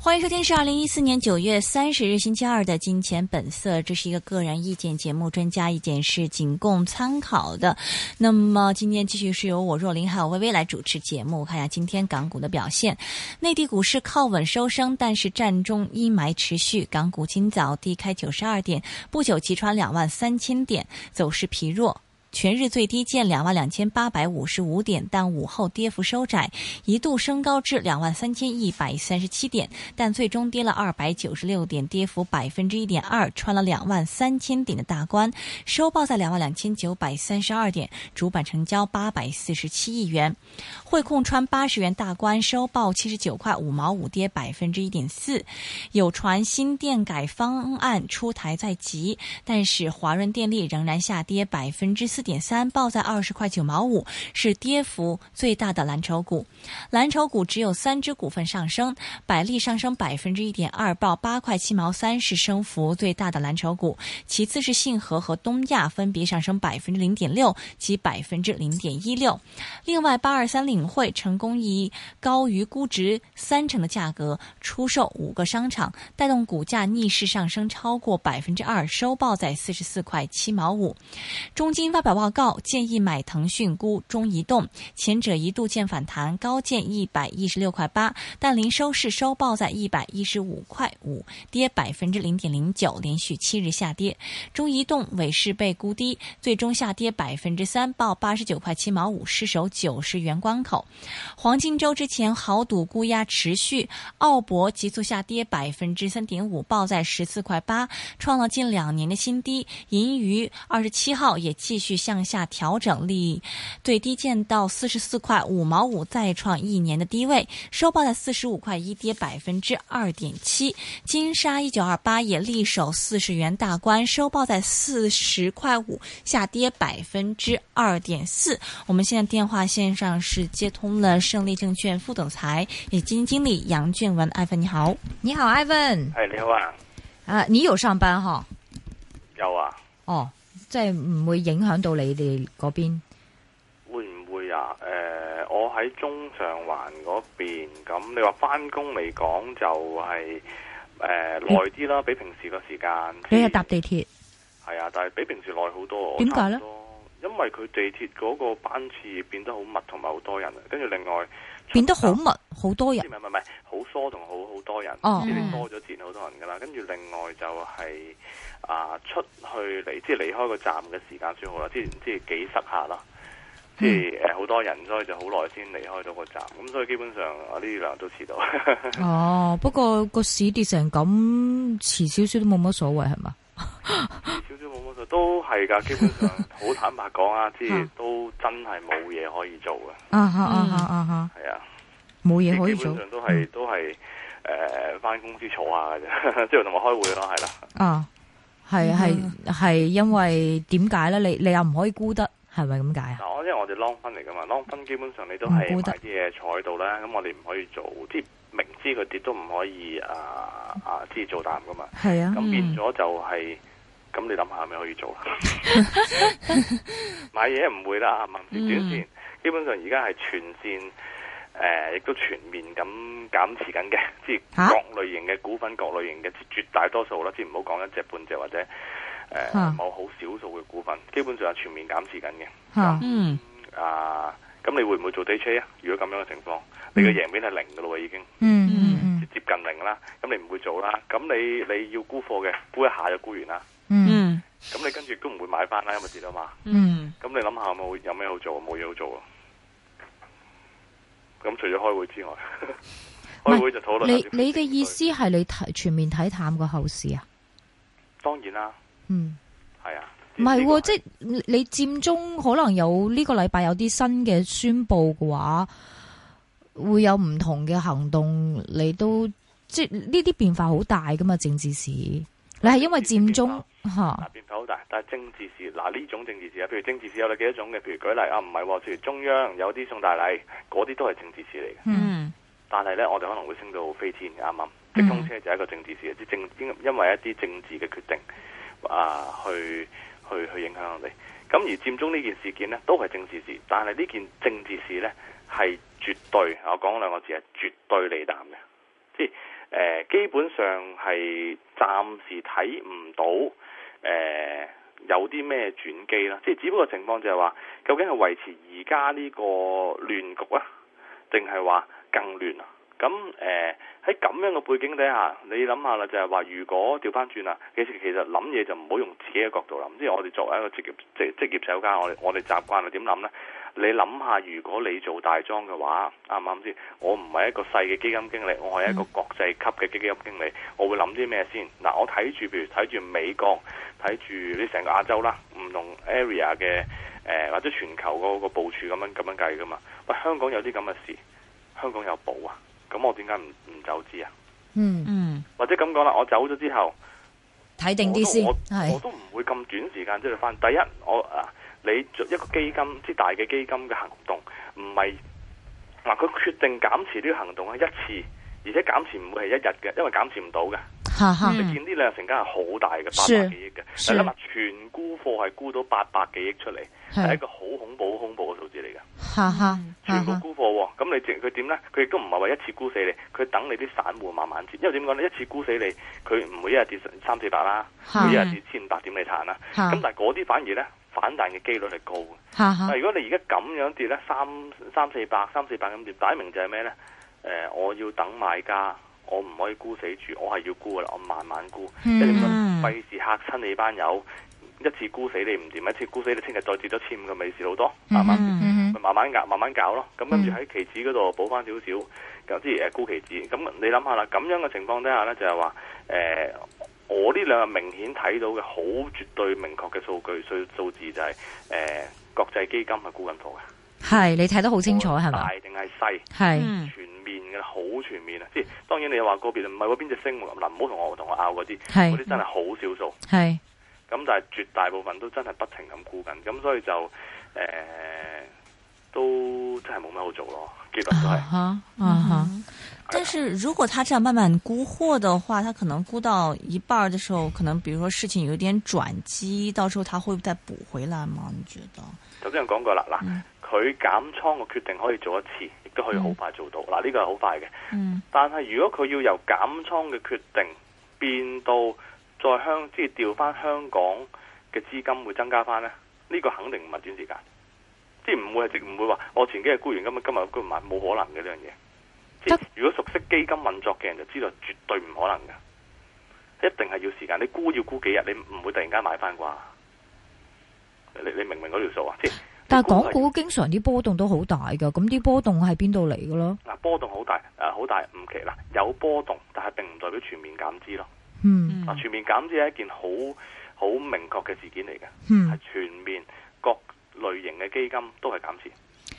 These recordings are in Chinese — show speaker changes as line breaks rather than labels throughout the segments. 欢迎收听是二零一四年九月三十日星期二的《金钱本色》，这是一个个人意见节目，专家意见是仅供参考的。那么今天继续是由我若琳还有薇薇来主持节目，我看一下今天港股的表现。内地股市靠稳收升，但是战中阴霾持续，港股今早低开九十二点，不久急穿两万三千点，走势疲弱。全日最低见两万两千八百五十五点，但午后跌幅收窄，一度升高至两万三千一百三十七点，但最终跌了二百九十六点，跌幅百分之一点二，穿了两万三千点的大关，收报在两万两千九百三十二点，主板成交八百四十七亿元，汇控穿八十元大关，收报七十九块五毛五，跌百分之一点四，有传新电改方案出台在即，但是华润电力仍然下跌百分之四。点三报在二十块九毛五，是跌幅最大的蓝筹股。蓝筹股只有三只股份上升，百利上升百分之一点二，报八块七毛三，是升幅最大的蓝筹股。其次是信和和东亚，分别上升百分之零点六及百分之零点一六。另外，八二三领汇成功以高于估值三成的价格出售五个商场，带动股价逆势上升超过百分之二，收报在四十四块七毛五。中金发表。报告建议买腾讯估中移动，前者一度见反弹，高见一百一十六块八，但临收市收报在一百一十五块五，跌百分之零点零九，连续七日下跌。中移动尾市被估低，最终下跌百分之三，报八十九块七毛五，失守九十元关口。黄金周之前豪赌沽压持续，澳博急速下跌百分之三点五，报在十四块八，创了近两年的新低。银娱二十七号也继续。向下调整力，最低见到四十四块五毛五，再创一年的低位，收报在四十五块一，跌百分之二点七。金沙一九二八也力守四十元大关，收报在四十块五，下跌百分之二点四。我们现在电话线上是接通了胜利证券副总裁也基金经理杨俊文，艾文你好，
你好，艾文，
哎你好啊，
啊你有上班哈？
有啊，
哦。即係唔會影響到你哋嗰邊？
會唔會啊？誒、呃，我喺中上環嗰邊，咁你話翻工嚟講就係誒耐啲啦，比平時個時間。
嗯你係搭地鐵？
係啊，但係比平時耐好多。
點解呢？
因為佢地鐵嗰個班次變得好密，同埋好多人。啊跟住另外
變得好密，好多人。
唔係唔係唔係，好疏同好好多人。
哦，
你多咗自然好多人㗎啦。跟住另外就係、是。啊！出去離即係離開個站嘅時間算好啦，之前即係幾塞下啦，
嗯
即係誒好多人，所以就好耐先離開到個站，咁所以基本上啊我呢兩日都遲 到。
哦，不過個市跌成咁，遲少少都冇乜所謂係嘛？
少少冇乜所謂都係㗎，基本上好坦白講 啊，即
嗯
係都真係冇嘢可以做嘅。
啊哈啊哈啊哈！
係啊，
冇嘢可以做，
基本上都係、嗯、都係誒返公司坐下嘅啫，即 係同埋開會咯，係啦。
啊，係係係因為點解咧？你你又唔可以沽得？係咪咁解啊？
嗱，因為我哋 long 分嚟噶嘛，long 分基本上你都係買啲嘢坐喺度咧，咁我哋唔可以做，即係明知佢跌都唔可以啊啊，即係做淡噶嘛。
係啊，
咁變咗就係、是，咁、嗯、你諗下咪可以做啦。買嘢唔會啦，慢短線、嗯、基本上而家係全線。誒、呃，亦都全面咁減持緊嘅， 即係各類型嘅股份、各類型嘅絕大多數啦，即係唔好講一隻半隻或者誒某好少數嘅股份，基本上係全面減持緊嘅。
嚇，
嗯，
啊，咁你會唔會做 day trade 啊？如果咁樣嘅情況，你嘅贏面係零嘅咯喎，已經，
嗯嗯嗯，
接近零啦，咁你唔會做啦，咁你你要沽貨嘅，沽一下就沽完啦。
嗯，
咁你跟住都唔會買翻啦，因為跌啊嘛。
嗯，
咁你諗下冇有咩好做？冇嘢好做啊！咁除咗開會之外，開會就討論。
你你嘅意思係你睇全面睇淡個後市啊？
當然啦。
嗯。
係啊。
唔係喎，即係你佔中可能有呢個禮拜有啲新嘅宣佈嘅話，會有唔同嘅行動。你都即係呢啲變化好大噶嘛？政治市，你係因為佔中嚇。
變化好大，但係政治市嗱呢種政治市啊，譬如政治市有幾多種嘅，譬如舉例啊，唔係喎，譬如中央有啲送大禮，嗰啲都係政治市嚟嘅。
嗯，
但係咧，我哋可能會升到飛天嘅啱啱。直通車就係一個政治事，即政因因為一啲政治嘅決定啊，去去去影響我哋。咁而佔中呢件事件呢，都係政治事，但係呢件政治事呢，係絕對，我講兩個字係絕對利淡嘅，即係、呃、基本上係暫時睇唔到誒、呃、有啲咩轉機啦。即係只不過情況就係話，究竟係維持而家呢個亂局啊，定係話更亂啊？咁誒喺咁樣嘅背景底下，你諗下啦，就係話如果調翻轉啦，其實其實諗嘢就唔好用自己嘅角度諗，即係我哋作為一個職業職職業社交家，我哋我哋習慣係點諗呢？你諗下，如果你做大莊嘅話，啱唔啱先？我唔係一個細嘅基金經理，我係一個國際級嘅基金經理，我會諗啲咩先？嗱，我睇住譬如睇住美國，睇住你成個亞洲啦，唔同 area 嘅誒、呃、或者全球嗰個部署咁樣咁樣計噶嘛。喂，香港有啲咁嘅事，香港有保啊！咁我點解唔唔走資啊？
嗯，
嗯
或者咁講啦，我走咗之後，
睇定啲先
我都我我
係，
都唔會咁短時間即係翻。第一，我啊，你做一個基金之大嘅基金嘅行動，唔係嗱佢決定減持呢個行動咧一次，而且減持唔會係一日嘅，因為減持唔到嘅。
哈哈，
嗯
你見呢兩日成交係好大嘅，八
是
百幾億嘅。
是
你諗下，全沽貨係沽到八百幾億出嚟，係一
係，
個好恐怖、好恐怖嘅數字嚟嘅。
哈哈，哈
嗯全部
哈，
沽貨喎，咁你直佢點呢？佢亦都唔係話一次沽死你，佢等你啲散戶慢慢接，因為點講呢？一次沽死你，佢唔會一日跌三四百啦，
哈
佢一日跌千五百點你彈啦。
哈
咁但係嗰啲反而呢，反彈嘅機率係高嘅。
哈哈
但，係如果你而家咁樣跌呢，三三四百、三四百咁跌，擺明就係咩呢？誒、我要等買家，我唔可以沽死住，我係要沽噶啦，我慢慢沽，
嗯
因為點講
嗯
費事嚇親你班友，一次沽死你唔掂，一次沽死你聽日再跌咗千五嘅咪事好多，啱唔啊啱？
嗯
嗯
咪慢慢搞，慢慢搞咯。咁跟住
嗯
喺期指嗰度補翻少少，咁即係誒沽期指。咁你諗下啦，咁樣嘅情況底下呢，就係話誒，我呢兩日明顯睇到嘅好絕對明確嘅數據數數字就係、誒、國際基金係沽緊貨嘅，
係你睇得好清楚嗯係嘛
大？定啊係細？
係，
嗯
全面嘅，好全面啊！即係當然你話個別唔係喎，邊只升喎？嗱，唔好同我同我拗嗰啲，
係
嗰啲真係好少數。
係，
咁但係絕大部分都真係不停咁沽緊，咁所以就誒、呃都真係冇乜好做咯，結論都係
啊哈，啊哈，
嗯但是如果他这样慢慢沽货的话，他可能沽到一半儿的时候，可能比如说事情有点转机，到时候他会再补回来吗？你觉得？
頭先我講過啦，嗱
嗯，
佢減倉嘅決定可以做一次，亦都可以好快做到，嗱呢個係好快嘅。
嗯
但係如果佢要由減倉嘅決定變到再香，即係調翻香港嘅資金會增加翻呢，呢、個肯定唔係短時間，即係唔會係直唔會話我前幾日沽完今日今日沽唔買，冇可能嘅呢樣嘢。即係
得
如果熟悉基金運作嘅人就知道，絕對唔可能嘅。一定係要時間，你沽要沽幾日，你唔會突然間買翻啩？你你明唔明嗰條數啊？即係
但係
你沽
港
係
股經常啲波動都好大噶，咁啲波動係邊度嚟嘅咯？
嗱波動好大，誒、啊好大唔奇啦，有波動，但係並唔代表全面減資咯。
嗯
啊，全面減資係一件好好明確嘅事件嚟嘅，係、
嗯，
全面各類型嘅基金都係減持。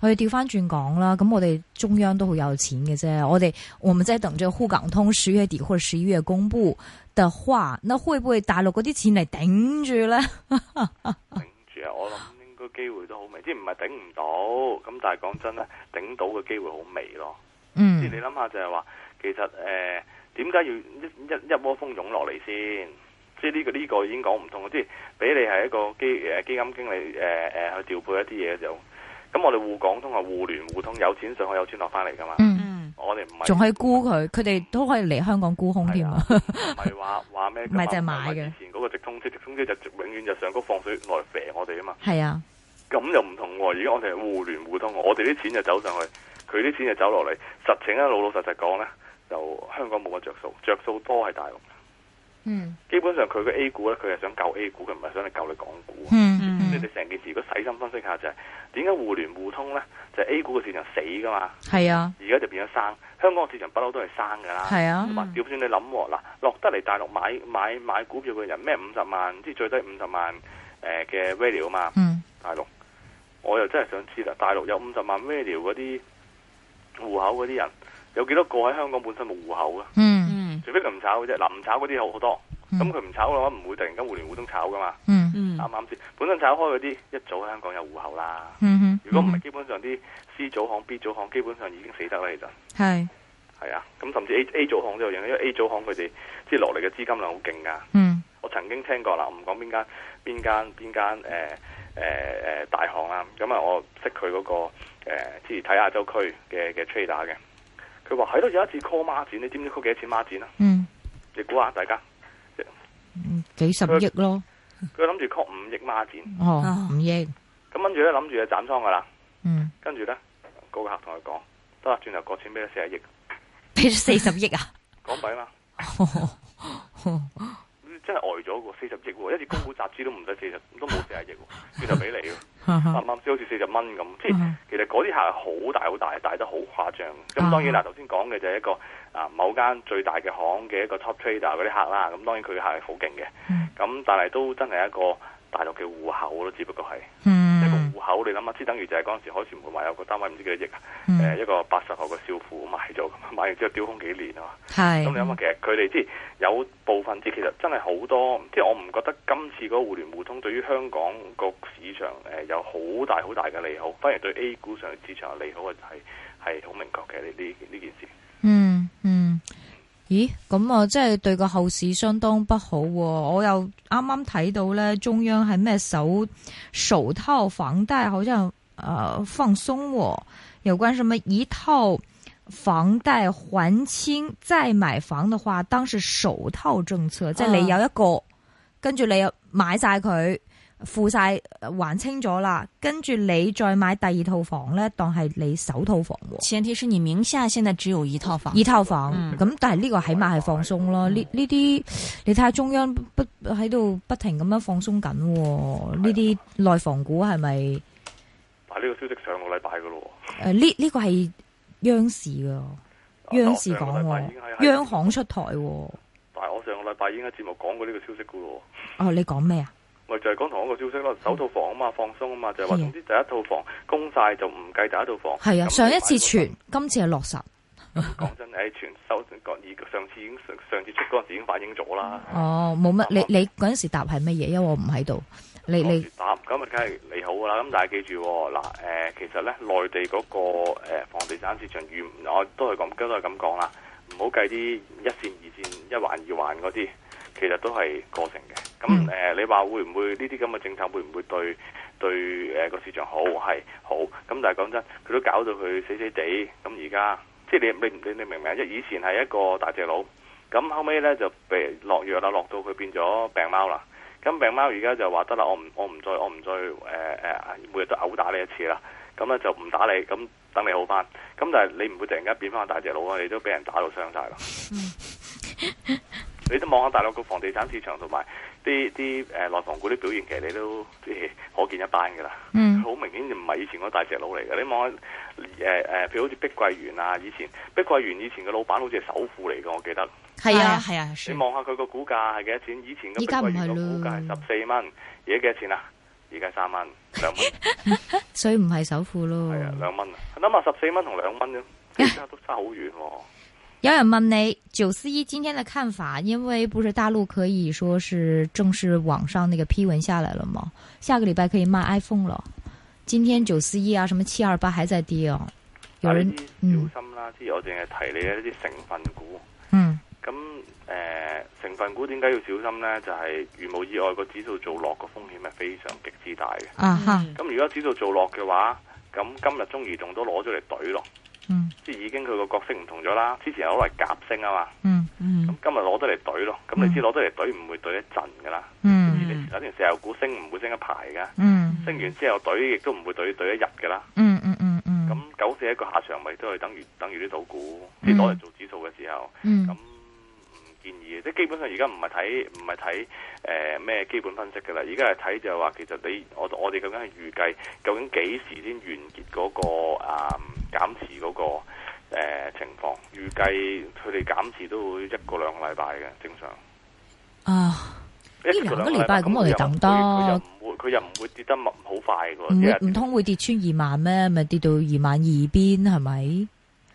我哋調翻轉講啦，咁我哋中央都好有錢嘅啫，我哋我們在等着滬港通十月底或者十一月公布的話，那會不會大陸嗰啲錢嚟頂住咧？嗯
頂住啊！我諗應該機會都好微，即係唔係頂唔到，咁但係講真咧，頂到嘅機會好微咯。即係
嗯
你諗下就係話，其實誒點解要一一一窩蜂湧落嚟先？即係呢個呢個已經講唔通，即係俾你係一個基誒基金經理誒誒、呃去調配一啲嘢就，咁我哋滬港通係啊互聯互通，有錢上去有錢落翻嚟噶嘛。
嗯，
嗯
我哋唔係
仲可以沽佢，佢哋都可以嚟香港沽空添啊！
唔係話話咩㗎
唔
嘛？
係就係買嘅
唔係以前嗰個直通車，直通車就永遠就上高放水來肥我哋啊嘛。
係 啊，
咁又唔同喎，而家我哋係互聯互通，我哋啲錢就走上去，佢啲錢就走落嚟。實情咧，啊老老實實講咧，就香港冇乜着數，着數多係大陸。
嗯
基本上佢嘅 A 股咧，佢係想救 A 股，佢唔係想你救你港股。
嗯
你
嗯
哋成件事如果細心分析下就係點解互聯互通咧，就係 A 股嘅市場死噶嘛，
係啊
而家就變咗生。香港嘅市場不嬲都係生噶啦。
係啊
同，埋調轉你諗喎，嗱落得嚟大陸買買買股票嘅人咩五十萬，即係最低五十萬誒嘅 value 啊嘛，
嗯
大陸，我又真係想知啦，大陸有五十萬 value 嗰啲户口嗰啲人，有幾多個喺香港本身冇户口啊？
嗯
嗯
除非佢唔炒嘅啫，嗱唔炒嗰啲有好多，咁佢唔炒嘅話唔會突然間互聯互通炒噶嘛，
嗯
嗯
啱唔啱先？本身炒開嗰啲一早喺香港有戶口啦，
嗯，
如果唔係基本上啲 C 組行、B 組行基本上已經死得啦，其實
係
係啊，咁甚至 A A 組行都有影響，因為 A 組行佢哋即係落嚟嘅資金量好勁啊噶。
嗯
我曾經聽過啦，唔講邊間邊間邊間誒誒誒呃大行啦，咁啊我識佢嗰、個誒，之前睇亞洲區嘅嘅 trader 嘅，佢話喺度有一次 call 孖展，你知唔知 call 幾多錢孖展啊？
嗯，
你估下大家，
嗯幾十億咯，
佢諗住 call 五億孖展，
哦，五億，
咁跟住咧諗住就斬倉噶啦，
嗯，
跟住咧嗰個客同佢講，得啦，轉頭過錢俾咗四十億
俾咗四十億啊！
港幣嘛，真係呆咗喎，四十億喎，一次公股集資都唔使四十，都冇四十億喎，轉頭俾你喎。
啊
啱啱先好似四十蚊咁，即係
嗯
其實嗰啲客係好大好大，大得好誇張。
啊
咁當然啦，頭先講嘅就係一個啊某間最大嘅行嘅一個 top trader 嗰啲客啦。咁當然佢嘅客係好勁嘅，
嗯
咁但係都真係一個大陸嘅戶口咯，只不過係一個
嗯
戶口。你諗下，即係等於就係嗰陣時海事門話有個單位唔知幾多億啊，誒、
嗯，
一個八十後嘅少婦買咗，咁啊買完之後丟空幾年啊嘛。咁你
係，
諗下，其實佢哋即係有部分即係其實真係好多，即係我唔覺得今次嗰個互聯互通對於香港個市場誒有好大好大嘅利好，反而對 A 股上市場嘅利好係係好明確嘅呢呢呢件事。
嗯嗯，咦，咁啊，即係對個後市相當不好喎。我又啱啱睇到咧，中央係咩手手套房貸好像呃放鬆喎，有關什麼一套房貸還清再買房的話，當是手套政策，即係你有一個，跟住你又買晒佢。付晒呃還清咗啦，跟住你再買第二套房咧，當係你首套房喎。
前提是你名下現在只有一套
啊
房
二，套房，
嗯
咁、但係呢個起碼係放鬆
嗯
咯。呢呢啲你睇下中央不喺度不停咁樣放鬆緊喎，呢啲
啊
內房股係咪？誒
但係呢個消息上個禮拜嘅咯
呢呢個係央視噶，
喎，
央視
啊但我
講
上個禮拜已經
喎，
喺
央，行出台喎。
但係我上個禮拜已經喺節目講過呢個消息嘅咯喎。
哦，你講咩啊？
咪就係講同一個消息咯，首套房啊嘛，放鬆啊嘛，就係話
係啊
總之第一套房供晒就唔計第一套房。
係啊，
咁
上一
你
次
買嗰個
傳，今次係落實。
講真，誒全收講二上次已經上上次出嗰陣時已經反映咗啦。
哦，冇
啊
乜，你你嗰陣時答係乜嘢？因為我唔喺度。你
攞
你
住搭咁啊，梗係利好噶啦。咁但係記住喎嗱，誒、其實咧內地嗰、個、呃、房地產市場，原我都係咁，都係咁講啦。唔好計啲一線、二線、一環、二環嗰啲，其實都係過剩嘅。咁
嗯
誒、呃你話會唔會呢啲咁嘅政策會唔會對對誒個、市場好係好？咁但係講真，佢都搞到佢死死地。咁而家即係你你你你明唔明啊？即係以前係一個大隻佬，咁後尾咧就被落藥啦，落到佢變咗病貓啦。咁病貓而家就話得啦，我唔我唔再我唔再誒誒、呃每日都毆打你一次啦。咁咧就唔打你，咁等你好翻。咁但係你唔會突然間變翻大隻佬啊！你都俾人打到傷晒啦。你都望下大陸個房地產市場同埋啲啲誒內房股啲表現，其實你都 即係可見一斑㗎啦。
嗯
佢好明顯就唔係以前嗰大隻佬嚟嘅。你望下誒誒，譬如好似碧桂園啊，以前碧桂園以前嘅老闆好似係首富嚟嘅，我記得。
係
係
啊
啊
係啊，是
你望下佢個股價係幾多錢？以前嘅
依
碧
家唔
桂
係
園
啦
個股價係十四蚊，而家幾多錢啊？而家三蚊兩蚊，
哦所以唔係首富咯。
係啊兩蚊啊！諗下十四蚊同兩蚊啫，其實都差好遠喎。
有人問你九四一今天的看法，因为不是大陆可以说是正式网上那个批文下来了吗？下个礼拜可以卖 iPhone 了。今天九四一啊，什么七二八还在跌哦。 有
但係
人
呢
嗯
啲小心啦，即係我淨係提你一啲成分股。
嗯
咁誒、呃成分股點解要小心呢？就係、如無意外個指數做落個風險係非常極之大嘅。
啊哈
咁如果指數做落嘅話，咁今日中移動都攞咗嚟懟咯，
嗯
即係已經佢個角色唔同咗啦。之前係攞嚟夾升啊嘛，
嗯
咁
嗯
今日攞得嚟懟咯。咁你知攞得嚟懟唔會懟一陣噶啦，
嗯
你有啲石油股升唔會升一排噶，
嗯
升完之後懟亦都唔會懟懟一日噶啦。
嗯嗯嗯
咁
嗯
九四一個下場咪都係等於等於啲賭股，即係攞嚟做指數嘅時候。咁
嗯
唔建議嘅，即係基本上而家唔係睇唔係睇誒咩基本分析嘅啦，而家係睇就係話其實你我我哋究竟係預計究竟幾時先完結嗰、個啊減持嗰、個呃情況？預計佢哋減持都會一個兩個禮拜嘅正常。
啊，
呢
一
兩個禮拜咁我哋等得
佢又唔會佢又唔會跌得密好快嘅喎，
唔
一
會
日
唔通會跌穿二萬咩？咪跌到二萬二邊係咪？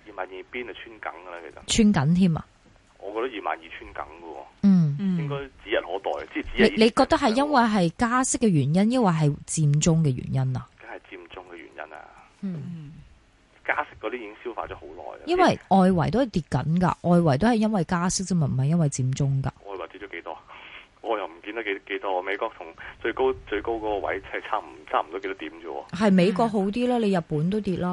二萬二邊就穿緊㗎啦，其實
穿緊添啊？
我覺得二萬二穿緊嘅喎，
嗯，
應
嗯
該，指日可待，即係指
你
日
你覺得係因為係加息嘅原因，抑或係佔中嘅原因啊？
梗係佔中嘅原因啊？
嗯。
加息嗰嗰啲已經消化咗好耐啦。
因為外圍都係跌緊㗎，外圍都係因為加息啫嘛，唔係因為佔中㗎。
外圍跌咗幾多？ 我又唔見得幾幾多，美國同最高最高嗰個位即係差唔差唔多幾多點啫喎。
係美國好啲啦，你日本都跌啦。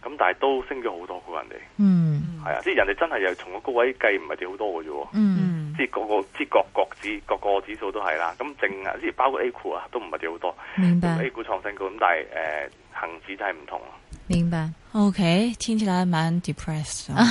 咁但係都升咗好多嘅喎人哋，
嗯
係啊，即係人哋真係又從個高位計唔係跌好多嘅啫喎。
嗯
嗯
即係各個即係各國指各個指數都係啦，咁淨啊，即係包括 A 股啊，都唔係跌好多。
明
咁
白
A 股創新高，咁但係誒、呃、恆指真係唔同咯。
明 白。
，OK，听起来蛮 depressed 啊。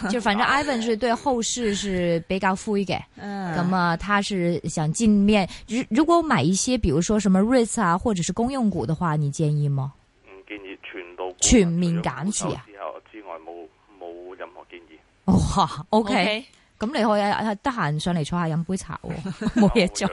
哦就反正 Ivan 是對後市是比較灰嘅。
嗯
咁啊，他是想尽面。如如果买一些，比如说什么 REITs 啊，或者是公用股的话，你建议吗？
唔建議全到
全面減持啊！
之後之外冇冇任何建議。
哇，OK，
，OK。
咁你可以啊得閒上嚟坐下飲杯茶喎，冇嘢做。